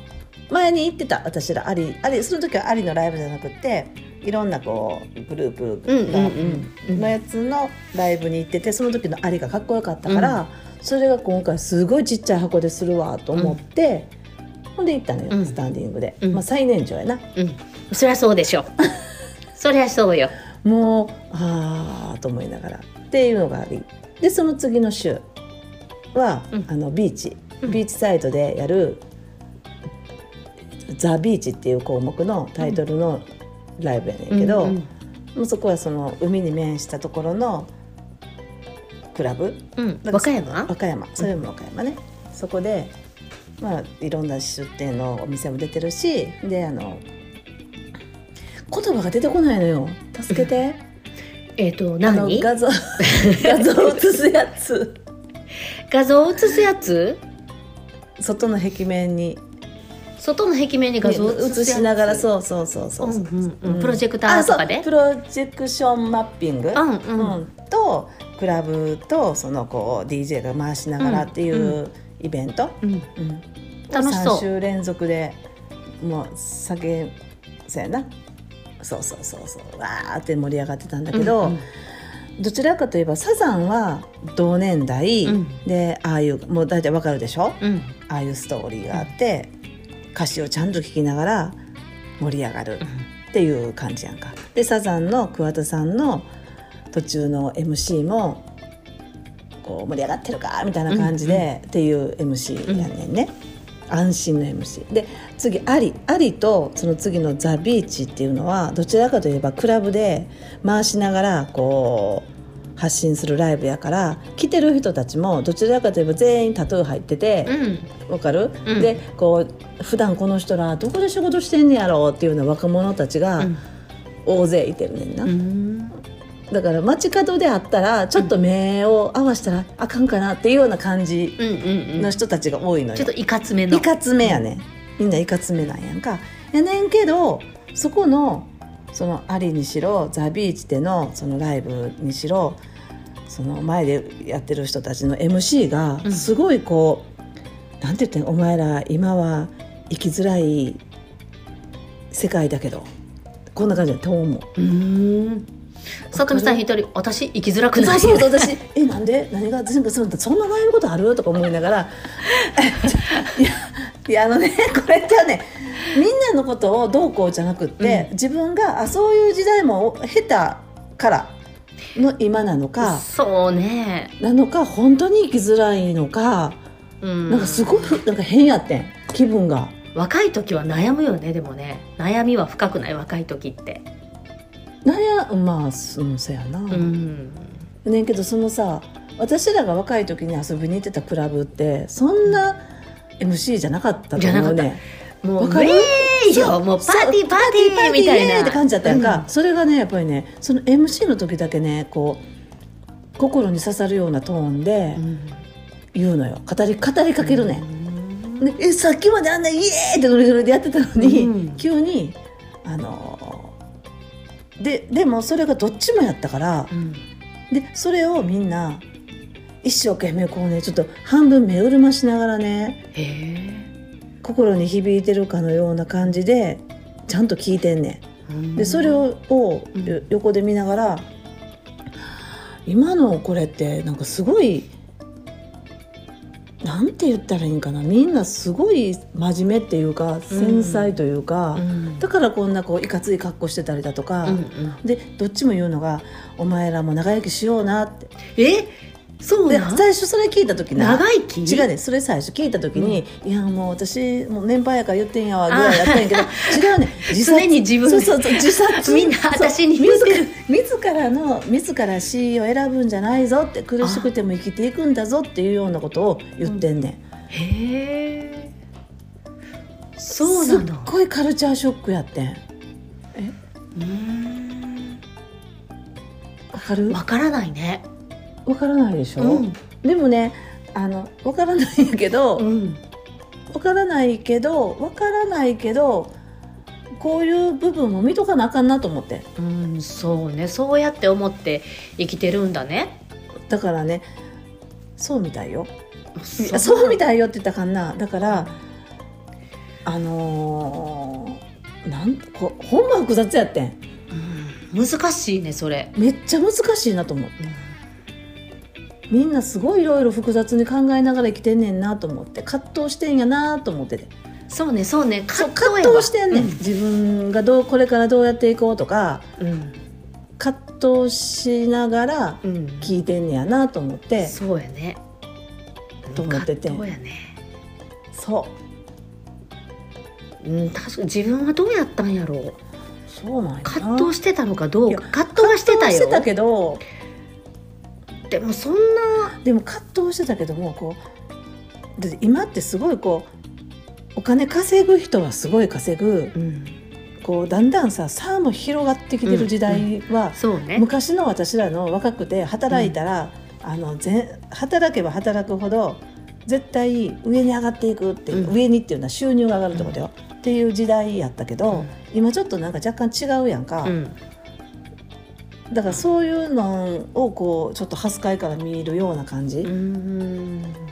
[SPEAKER 2] 前に行ってた私らアリアリその時はアリのライブじゃなくていろんなこうグルー
[SPEAKER 1] うん
[SPEAKER 2] プ
[SPEAKER 1] う
[SPEAKER 2] が、
[SPEAKER 1] んうん
[SPEAKER 2] のやつのライブに行っててその時のアリがかっこよかったから、それが今回すごいちっちゃい箱でするわと思って、ほんで行ったのよ、
[SPEAKER 1] うん
[SPEAKER 2] スタンディングで、
[SPEAKER 1] うん
[SPEAKER 2] まあ、最年長やな
[SPEAKER 1] うんそりゃそうでしょ そりゃそうよ
[SPEAKER 2] もうああと思いながらっていうのがありでその次の週は、
[SPEAKER 1] うん
[SPEAKER 2] あのビーチ
[SPEAKER 1] うん
[SPEAKER 2] ビーチサイドでやる「ザ・ビーチ」っていう項目のタイトルのライブやねんけど、
[SPEAKER 1] うんうん
[SPEAKER 2] もうそこはその海に面したところのクラブ
[SPEAKER 1] うん、和歌山
[SPEAKER 2] 和歌山それも和歌山ね、そこで、まあ、いろんな出店のお店も出てるしであの言葉が出てこないのよ助けて
[SPEAKER 1] えっ、と
[SPEAKER 2] あの
[SPEAKER 1] 何
[SPEAKER 2] 画像画像を映すやつ
[SPEAKER 1] 画像を映すやつ
[SPEAKER 2] 外の壁面に
[SPEAKER 1] 外の壁面に画像を映
[SPEAKER 2] 映
[SPEAKER 1] すやつ
[SPEAKER 2] しながら
[SPEAKER 1] う
[SPEAKER 2] そうそうそうそう、
[SPEAKER 1] んうんうん
[SPEAKER 2] うん
[SPEAKER 1] プロジェクターとか
[SPEAKER 2] あそ
[SPEAKER 1] で
[SPEAKER 2] うプロジェクションマッピング、
[SPEAKER 1] うん
[SPEAKER 2] う
[SPEAKER 1] うん
[SPEAKER 2] んとクラブとそのこう DJ が回しながらっていう、
[SPEAKER 1] う
[SPEAKER 2] イベント、
[SPEAKER 1] うん
[SPEAKER 2] うん
[SPEAKER 1] 楽し
[SPEAKER 2] 3
[SPEAKER 1] そう
[SPEAKER 2] 週連続でもう酒そうやなそうそうそうそうわーって盛り上がってたんだけど、
[SPEAKER 1] うん
[SPEAKER 2] どちらかといえばサザンは同年代、
[SPEAKER 1] うん
[SPEAKER 2] でああいうもう大体わかるでしょ
[SPEAKER 1] うん
[SPEAKER 2] ああいうストーリーがあって、歌詞をちゃんと聞きながら盛り上がるっていう感じやんか。でサザンの桑田さんの途中の MC もこう盛り上がってるかみたいな感じで、っていう MC やねんね。安心の MC で次アリアリとその次のザ・ビーチっていうのはどちらかといえばクラブで回しながらこう発信するライブやから来てる人たちもどちらかといえば全員タトゥー入ってて、
[SPEAKER 1] うん
[SPEAKER 2] わかる、
[SPEAKER 1] うん
[SPEAKER 2] でこう普段この人らどこで仕事してんねやろうっていうような若者たちが大勢いてるねんな、
[SPEAKER 1] うん
[SPEAKER 2] だから街角であったらちょっと目を合わしたらあかんかなっていうような感じ
[SPEAKER 1] うんうんう
[SPEAKER 2] の
[SPEAKER 1] ん
[SPEAKER 2] 人たちが多いのよ、
[SPEAKER 1] ちょっといかつめの
[SPEAKER 2] いかつめやねみんないかつめなんやんかやねんけどそこのそのアリにしろザ・ビーチでのそのライブにしろその前でやってる人たちの MC が
[SPEAKER 1] うん
[SPEAKER 2] すごいこう、なんて言ってんお前ら今は生きづらい世界だけどこんな感じでトーンも。
[SPEAKER 1] うんさとみさん一人私生きづらく
[SPEAKER 2] そ
[SPEAKER 1] な
[SPEAKER 2] う
[SPEAKER 1] い
[SPEAKER 2] そうそう私「えなんで何が全部そんなそんな悩むことある?」とか思いながら 「いやいやあのねこれってねみんなのことをどうこうじゃなくって、
[SPEAKER 1] うん
[SPEAKER 2] 自分があそういう時代も経たからの今なのか
[SPEAKER 1] そうね
[SPEAKER 2] なのか本当に生きづらいのか、
[SPEAKER 1] うん
[SPEAKER 2] なんかすごいなんか変やってん気分が。
[SPEAKER 1] 若い時は悩むよねでもね悩みは深くない若い時って
[SPEAKER 2] 悩まあそうんそやな、
[SPEAKER 1] うん
[SPEAKER 2] ねんけどそのさ私らが若い時に遊びに行ってたクラブってそんな MC じゃなかったと
[SPEAKER 1] じゃなか
[SPEAKER 2] 思う
[SPEAKER 1] った
[SPEAKER 2] ね
[SPEAKER 1] もう
[SPEAKER 2] わかる
[SPEAKER 1] ウェー
[SPEAKER 2] そ
[SPEAKER 1] よもうパーティーパーティー
[SPEAKER 2] パーティ
[SPEAKER 1] み
[SPEAKER 2] ー
[SPEAKER 1] た
[SPEAKER 2] イ
[SPEAKER 1] い
[SPEAKER 2] エー
[SPEAKER 1] な
[SPEAKER 2] イって感じだったやんか、それがねやっぱりねその MC の時だけねこう心に刺さるようなトーンで
[SPEAKER 1] うん
[SPEAKER 2] 言うのよ語り語りかけるね、
[SPEAKER 1] うん
[SPEAKER 2] でえさっきまであんなイエーイってノリノリでやってたのに、
[SPEAKER 1] うん
[SPEAKER 2] 急にあのーででもそれがどっちもやったから、
[SPEAKER 1] うん
[SPEAKER 2] でそれをみんな一生懸命こうねちょっと半分目潤ましながらね
[SPEAKER 1] へえ
[SPEAKER 2] 心に響いてるかのような感じでちゃんと聞いてんねん。でそれをを
[SPEAKER 1] うん
[SPEAKER 2] よ横で見ながら今のこれってなんかすごいなんて言ったらいいんかなみんなすごい真面目っていうか繊細というか、
[SPEAKER 1] うん
[SPEAKER 2] だからこんなこういかつい格好してたりだとか、
[SPEAKER 1] うんうん
[SPEAKER 2] でどっちも言うのが「お前らも長生きしような」って。
[SPEAKER 1] えそう
[SPEAKER 2] で
[SPEAKER 1] なん
[SPEAKER 2] 最初それ聞いた時な
[SPEAKER 1] 長生き
[SPEAKER 2] 違うねんそれ最初聞いた時に、いやもう私もう年配やから言ってんやわぐらいやったん やけど違うねん自殺
[SPEAKER 1] 常に自分
[SPEAKER 2] そう
[SPEAKER 1] で
[SPEAKER 2] そうそう自殺
[SPEAKER 1] みんな
[SPEAKER 2] そう
[SPEAKER 1] 私に言う
[SPEAKER 2] 自
[SPEAKER 1] て
[SPEAKER 2] ら
[SPEAKER 1] る
[SPEAKER 2] 自らの自ら死を選ぶんじゃないぞって苦しくても生きていくんだぞっていうようなことを言ってんねん、
[SPEAKER 1] へえそうな
[SPEAKER 2] すっ
[SPEAKER 1] の
[SPEAKER 2] ごいカルチャーショックやってん
[SPEAKER 1] うーん
[SPEAKER 2] わかる
[SPEAKER 1] わからないね
[SPEAKER 2] わからないでしょ、
[SPEAKER 1] うん
[SPEAKER 2] でもねあのわからないんやけど、
[SPEAKER 1] うん
[SPEAKER 2] わからないけどわからないけどこういう部分も見とかなあかんなと思って
[SPEAKER 1] うんそうねそうやって思って生きてるんだね
[SPEAKER 2] だからねそうみたいよいや
[SPEAKER 1] そ
[SPEAKER 2] そうみ
[SPEAKER 1] たい
[SPEAKER 2] たいよって言ったらあかんなだからあのーなんこほんま複雑やってん
[SPEAKER 1] 難しいねそれ、
[SPEAKER 2] めっちゃ難しいなと思うみんなすごいいろいろ複雑に考えながら生きてんねんなと思って葛藤してんやなと思ってて
[SPEAKER 1] そうねそうね
[SPEAKER 2] そう
[SPEAKER 1] やわ
[SPEAKER 2] 葛藤してんねん、自分がどうこれからどうやっていこうとか
[SPEAKER 1] うん
[SPEAKER 2] 葛藤しながら
[SPEAKER 1] うん、うん
[SPEAKER 2] 聞いてんねやなと思って
[SPEAKER 1] そうやね
[SPEAKER 2] と思ってて
[SPEAKER 1] 葛藤やね
[SPEAKER 2] そ
[SPEAKER 1] うん確かに自分はどうやったんやろう
[SPEAKER 2] うそうなんやな
[SPEAKER 1] 葛藤してたのかどう
[SPEAKER 2] いや
[SPEAKER 1] か葛藤はしてた
[SPEAKER 2] 葛藤してた
[SPEAKER 1] よ
[SPEAKER 2] けど
[SPEAKER 1] でもそんな
[SPEAKER 2] でも葛藤してたけどもこうだって今ってすごいこうお金稼ぐ人はすごい稼ぐ
[SPEAKER 1] うん
[SPEAKER 2] こうだんだんさ差も広がってきてる時代は、
[SPEAKER 1] そうね
[SPEAKER 2] 昔の私らの若くて働いたら、あのぜ働けば働くほど絶対上に上がっていくっていう、
[SPEAKER 1] うん
[SPEAKER 2] 上にっていうのは収入が上がるってことよ、っていう時代やったけ
[SPEAKER 1] う
[SPEAKER 2] ど、
[SPEAKER 1] ん
[SPEAKER 2] 今ちょっとなんか若干違うやんか、
[SPEAKER 1] うん
[SPEAKER 2] だからそういうのをこうちょっと初回から見るような感じ、
[SPEAKER 1] うーん
[SPEAKER 2] で
[SPEAKER 1] なる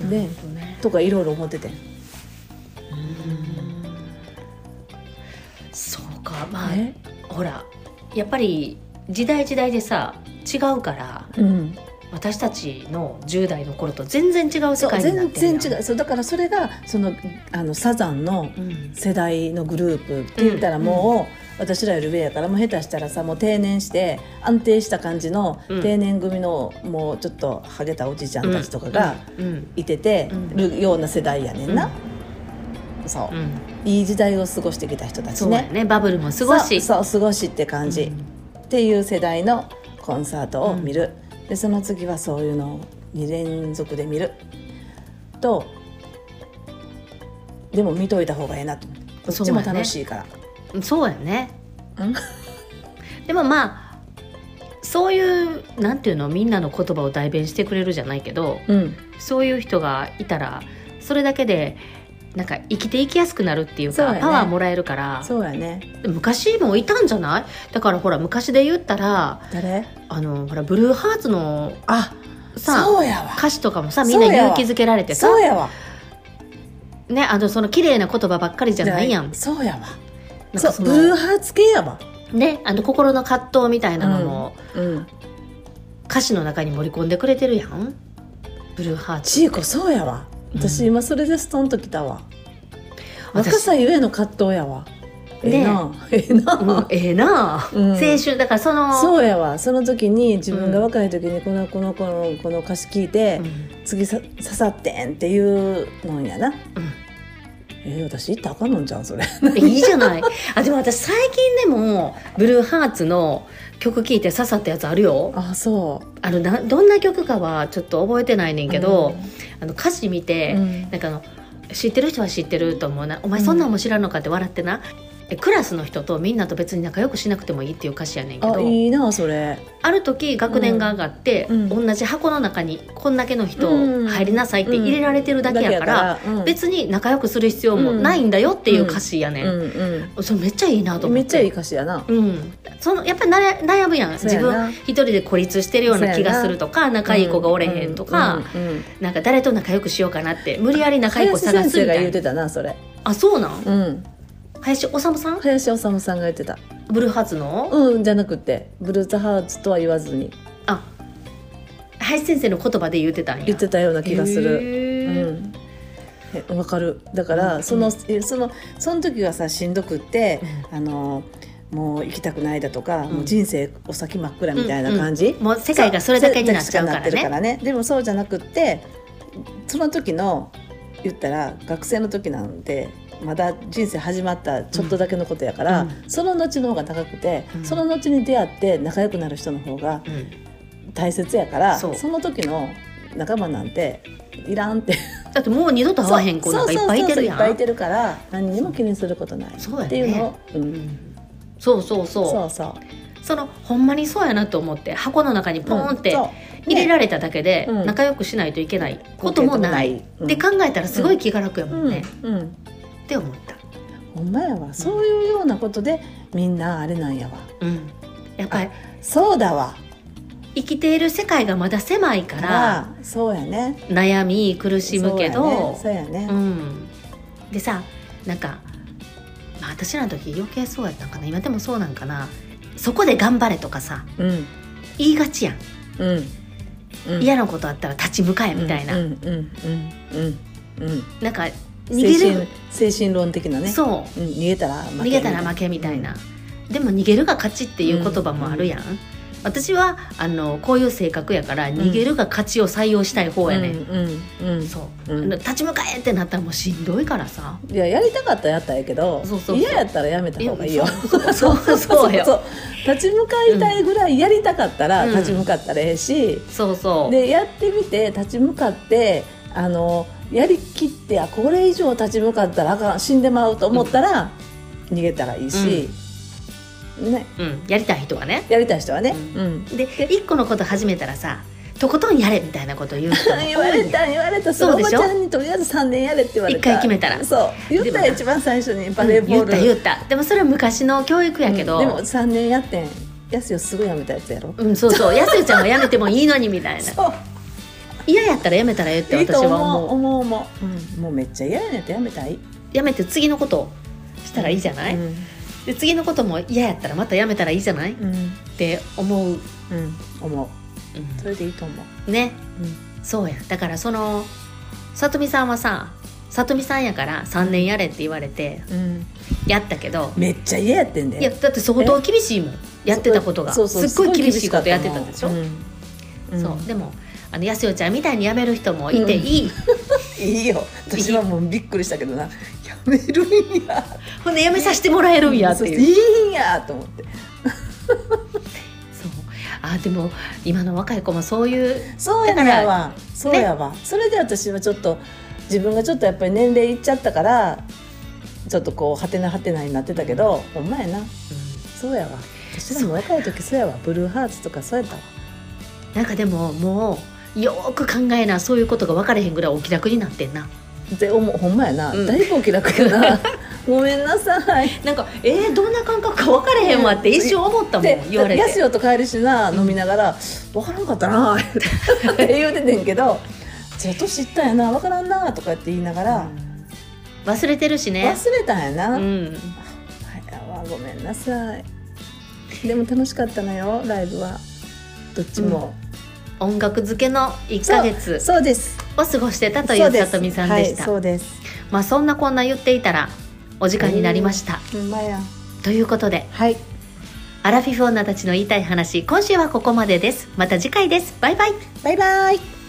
[SPEAKER 1] ほどね
[SPEAKER 2] とかいろいろ思ってて。
[SPEAKER 1] そうかまあ
[SPEAKER 2] ね
[SPEAKER 1] ほらやっぱり時代時代でさ違うから
[SPEAKER 2] うん、
[SPEAKER 1] 私たちの10代の頃と全然違う世
[SPEAKER 2] そう
[SPEAKER 1] 界になっ
[SPEAKER 2] 全
[SPEAKER 1] てる
[SPEAKER 2] 然
[SPEAKER 1] やん
[SPEAKER 2] 違うそうだからそれがそのあのサザンの
[SPEAKER 1] うん
[SPEAKER 2] 世代のグループって言ったら
[SPEAKER 1] うん
[SPEAKER 2] もう、私らより上やからもう下手したらさもう定年して安定した感じの
[SPEAKER 1] うん
[SPEAKER 2] 定年組の、もうちょっとハゲたおじちゃんたちとかが
[SPEAKER 1] うん
[SPEAKER 2] いてて
[SPEAKER 1] うん
[SPEAKER 2] るような世代やねんな、そう
[SPEAKER 1] ん
[SPEAKER 2] う、
[SPEAKER 1] うん
[SPEAKER 2] いい時代を過ごしてきた人たち
[SPEAKER 1] そうや
[SPEAKER 2] ね
[SPEAKER 1] ねバブルも過ごし
[SPEAKER 2] そうそう過ごしって感じ、っていう世代のコンサートを見る、でその次はそういうのを2連続で見るとでも見といた方がええなと思ってこっ
[SPEAKER 1] そう
[SPEAKER 2] ち
[SPEAKER 1] や
[SPEAKER 2] も
[SPEAKER 1] ね
[SPEAKER 2] 楽しいから、
[SPEAKER 1] うんそうやね
[SPEAKER 2] うん
[SPEAKER 1] でもまあそういうなんていうのみんなの言葉を代弁してくれるじゃないけど
[SPEAKER 2] うん、
[SPEAKER 1] そういう人がいたらそれだけでなんか生きていきやすくなるっていう
[SPEAKER 2] そう
[SPEAKER 1] か
[SPEAKER 2] やね
[SPEAKER 1] パワーもらえるから
[SPEAKER 2] そうやね
[SPEAKER 1] 昔もいたんじゃないだからほら昔で言ったら
[SPEAKER 2] 誰
[SPEAKER 1] あのほらブルーハーツの
[SPEAKER 2] あ
[SPEAKER 1] さ
[SPEAKER 2] そうやわ
[SPEAKER 1] 歌詞とかもさみんな
[SPEAKER 2] そうやわ
[SPEAKER 1] 勇気づけられてさ
[SPEAKER 2] そうやわ
[SPEAKER 1] ねあのその綺麗な言葉ばっかりじゃないやん。
[SPEAKER 2] そうやわ
[SPEAKER 1] なんか
[SPEAKER 2] そう
[SPEAKER 1] そ
[SPEAKER 2] ブルー
[SPEAKER 1] の
[SPEAKER 2] ハーツ系やわ、
[SPEAKER 1] ねあの心の葛藤みたいなのも
[SPEAKER 2] うん、
[SPEAKER 1] 歌詞の中に盛り込んでくれてるやん。ブルーハーツ
[SPEAKER 2] ちいこそうやわ私
[SPEAKER 1] うん
[SPEAKER 2] 今それでストンときたわ、
[SPEAKER 1] 私
[SPEAKER 2] 若さゆえの葛藤やわええな、ええな、
[SPEAKER 1] うんええなあ、
[SPEAKER 2] うん
[SPEAKER 1] 青春だからその
[SPEAKER 2] そうやわその時に自分が若い時にこのこのこのこの歌詞聞いて、
[SPEAKER 1] うん
[SPEAKER 2] 次さ刺さってんっていうのんやな
[SPEAKER 1] う
[SPEAKER 2] えー、私行ったらあかんのんじゃんそれ
[SPEAKER 1] んいいじゃないあでも私最近でもブルーハーツの曲聴いて刺さったや つあるよ
[SPEAKER 2] あそう
[SPEAKER 1] あのなどんな曲かはちょっと覚えてないねんけど、あの歌詞見て、
[SPEAKER 2] うん
[SPEAKER 1] なんかあの知ってる人は知ってると思うなお前そんなんも知らんのかって笑ってな、えクラスの人とみんなと別に仲良くしなくてもいいっていう歌詞やねんけど
[SPEAKER 2] あいいなそれ
[SPEAKER 1] ある時学年が上がって、
[SPEAKER 2] うん
[SPEAKER 1] 同じ箱の中にこんだけの人
[SPEAKER 2] うん
[SPEAKER 1] 入りなさいって入れられてるだけやから、
[SPEAKER 2] だけやからうん
[SPEAKER 1] 別に仲良くする必要もないんだよっていう歌詞やねん、
[SPEAKER 2] うん
[SPEAKER 1] それめっちゃいいなと
[SPEAKER 2] うん
[SPEAKER 1] 思
[SPEAKER 2] め
[SPEAKER 1] っ
[SPEAKER 2] っちゃいい
[SPEAKER 1] て
[SPEAKER 2] 歌詞やな
[SPEAKER 1] うん、そのやっぱり悩悩むやん
[SPEAKER 2] そう
[SPEAKER 1] 自
[SPEAKER 2] やな
[SPEAKER 1] 分一人で孤立してるような気がするとか仲いい子がおれへんとか、
[SPEAKER 2] うんうんうん
[SPEAKER 1] なんか誰と仲良くしようかなって無理やり仲良い子
[SPEAKER 2] 林
[SPEAKER 1] 探
[SPEAKER 2] 先
[SPEAKER 1] すみ
[SPEAKER 2] 生が
[SPEAKER 1] た
[SPEAKER 2] 言
[SPEAKER 1] いうな
[SPEAKER 2] てたなそれ、
[SPEAKER 1] あそうなん
[SPEAKER 2] うん、
[SPEAKER 1] 林修さん
[SPEAKER 2] 林修さんが言ってた
[SPEAKER 1] ブルーハーツの、
[SPEAKER 2] うんじゃなくてブルーズハーツとは言わずに
[SPEAKER 1] あ林先生の言葉で言ってたんや
[SPEAKER 2] 言ってたような気がする
[SPEAKER 1] へー
[SPEAKER 2] うんえわかるだから、
[SPEAKER 1] うん
[SPEAKER 2] そのえそのその時はさしんどくって、あのもう行きたくないだとか、
[SPEAKER 1] ん
[SPEAKER 2] もう人生お先真っ暗みたいな感じ、
[SPEAKER 1] うんうんもう世界がそれだけになっちゃうからね
[SPEAKER 2] 世界しなってるでもそうじゃなくってその時の言ったら学生の時なんでまだ人生始まったちょっとだけのことやから、
[SPEAKER 1] うん
[SPEAKER 2] その後の方が高くて、
[SPEAKER 1] うん
[SPEAKER 2] その後に出会って仲良くなる人の方が
[SPEAKER 1] うん
[SPEAKER 2] 大切やから、
[SPEAKER 1] そう
[SPEAKER 2] その時の仲間なんていらんって
[SPEAKER 1] だってもう二度と会わへん子なんかいっぱいいてるやん
[SPEAKER 2] そうそうそうそういっぱいいてるから何にも気にすることない
[SPEAKER 1] そうやね
[SPEAKER 2] っていうのを、う
[SPEAKER 1] うんんそうそうそう
[SPEAKER 2] そ
[SPEAKER 1] そう
[SPEAKER 2] そう
[SPEAKER 1] のほんまにそうやなと思って箱の中にポンって
[SPEAKER 2] うんそう
[SPEAKER 1] 入れられただけで
[SPEAKER 2] うん
[SPEAKER 1] 仲良くしないといけないこともないって考えたらすごい気が楽やもんね
[SPEAKER 2] うんうん、
[SPEAKER 1] って思った、
[SPEAKER 2] ほんまやわそういうようなことでみんなあれなんやわ
[SPEAKER 1] うん、やっぱり
[SPEAKER 2] そうだわ
[SPEAKER 1] 生きている世界がまだ狭いから
[SPEAKER 2] あそうやね
[SPEAKER 1] 悩み苦しむけど
[SPEAKER 2] そうやねそうやね
[SPEAKER 1] うん、でさなんか、まあ、私らの時余計そうやったんかな今でもそうなんかなそこで頑張れとかさ
[SPEAKER 2] うん
[SPEAKER 1] 言いがちやん
[SPEAKER 2] うんうん
[SPEAKER 1] 嫌なことあったら立ち向かえみたいな、
[SPEAKER 2] うんうんうんうんうん
[SPEAKER 1] なんか逃
[SPEAKER 2] 精
[SPEAKER 1] げ
[SPEAKER 2] 神
[SPEAKER 1] る、
[SPEAKER 2] 精神論的なねう、
[SPEAKER 1] そ
[SPEAKER 2] ん、逃げたら負
[SPEAKER 1] う
[SPEAKER 2] け
[SPEAKER 1] 逃げたら負けみたいな、でも逃げるが勝ちっていう言葉もあるやん、私はあのこういう性格やから逃げるが勝ちを採用したい方やね、
[SPEAKER 2] うんうんうん
[SPEAKER 1] そう、
[SPEAKER 2] うん
[SPEAKER 1] 立ち向かえってなったらもうしんどいからさ
[SPEAKER 2] いややりたかったらやったらええけど
[SPEAKER 1] そうそうそう
[SPEAKER 2] 嫌やったらやめた方がいいよ。
[SPEAKER 1] そうそうそうそうよ
[SPEAKER 2] そう立ち向かいたいぐらいやりたかったら
[SPEAKER 1] うん
[SPEAKER 2] 立ち向かったらええし、
[SPEAKER 1] そうそう
[SPEAKER 2] でやってみて立ち向かってあのやりきってあこれ以上立ち向かったらあかん死んでまうと思ったら、逃げたらいいし、ね、
[SPEAKER 1] うん、やりたい人はね
[SPEAKER 2] やりたい人はね、
[SPEAKER 1] う
[SPEAKER 2] うん
[SPEAKER 1] で一個のこと始めたらさとことんやれみたいなこと言う人も
[SPEAKER 2] 言われた言われたそ
[SPEAKER 1] そう
[SPEAKER 2] のお
[SPEAKER 1] で
[SPEAKER 2] ば
[SPEAKER 1] し
[SPEAKER 2] ち
[SPEAKER 1] ょ
[SPEAKER 2] ゃんにとりあえず3年やれって言われた
[SPEAKER 1] 一回決めたら
[SPEAKER 2] そう言っ
[SPEAKER 1] でも
[SPEAKER 2] た
[SPEAKER 1] な
[SPEAKER 2] ら一番最初にバレーボール、
[SPEAKER 1] うん言った言ったでもそれは昔の教育やけど、
[SPEAKER 2] うんでも3年やってんやすよすぐやめたやつやろ
[SPEAKER 1] うん、そうそうやすゆちゃんはやめてもいいのにみたいな
[SPEAKER 2] そう
[SPEAKER 1] 嫌やったらやめたらええって
[SPEAKER 2] いい
[SPEAKER 1] 私
[SPEAKER 2] と
[SPEAKER 1] は
[SPEAKER 2] 思う
[SPEAKER 1] 思う
[SPEAKER 2] 思う思う、うん、もうめっちゃ嫌やねんってやめたい
[SPEAKER 1] やめて次のことをしたらいいじゃない、
[SPEAKER 2] うん
[SPEAKER 1] で次のことも嫌やったらまたやめたらいいじゃないっ
[SPEAKER 2] うん
[SPEAKER 1] て思う、
[SPEAKER 2] うん思うそれでいいと思う、
[SPEAKER 1] ねそうやだからそのさとみさんはささとみさんやから3年やれって言われて
[SPEAKER 2] うん
[SPEAKER 1] やったけど
[SPEAKER 2] めっちゃ嫌やってんだよ
[SPEAKER 1] いやだって相当厳しいもんやってたことが
[SPEAKER 2] そうそう
[SPEAKER 1] すっごい厳しいことやってた
[SPEAKER 2] もん
[SPEAKER 1] でしょ、
[SPEAKER 2] うんうん
[SPEAKER 1] そうでもあのやすよちゃんみたいに辞める人もいていい、
[SPEAKER 2] いいよ私はもうびっくりしたけどなやめるんや
[SPEAKER 1] ほんで辞めさせてもらえるんやって
[SPEAKER 2] そう
[SPEAKER 1] いう
[SPEAKER 2] いいんやと思って
[SPEAKER 1] そうあでも今の若い子もそういう
[SPEAKER 2] そうや
[SPEAKER 1] だから
[SPEAKER 2] わそうやわ、それで私はちょっと自分がちょっとやっぱり年齢いっちゃったからちょっとこうはてなはてなになってたけどほんまやなそうやわ私らも若い時そうやわブルーハーツとかそうやったわ
[SPEAKER 1] なんかでももうよーく考えなそういうことが分かれへんぐらいお気楽になってんな
[SPEAKER 2] でおもほんまやな、
[SPEAKER 1] うん
[SPEAKER 2] だいぶお気楽や なごめんなさい
[SPEAKER 1] なんかえー、どんな感覚か分かれへんわって一瞬思ったもん
[SPEAKER 2] で
[SPEAKER 1] 言われ
[SPEAKER 2] やす
[SPEAKER 1] て
[SPEAKER 2] よと帰るしな飲みながら「分からんかった な」って言うててんけど「じゃあ年いったんやな分からんな」とかって言いながら、
[SPEAKER 1] うん忘れてるしね
[SPEAKER 2] 忘れたんやな、
[SPEAKER 1] うん
[SPEAKER 2] はいあわごめんなさいでも楽しかったのよライブはどっちも、
[SPEAKER 1] 音楽漬けの1ヶ月
[SPEAKER 2] そうです
[SPEAKER 1] を過ごしてたとい
[SPEAKER 2] そううです
[SPEAKER 1] さとみさんでした、
[SPEAKER 2] はい、そうです
[SPEAKER 1] まあそんなこんな言っていたらお時間になりました、
[SPEAKER 2] ほんまや
[SPEAKER 1] ということで
[SPEAKER 2] はい
[SPEAKER 1] アラフィフ女たちの言いたい話今週はここまでですまた次回ですバイバイ
[SPEAKER 2] バイバイ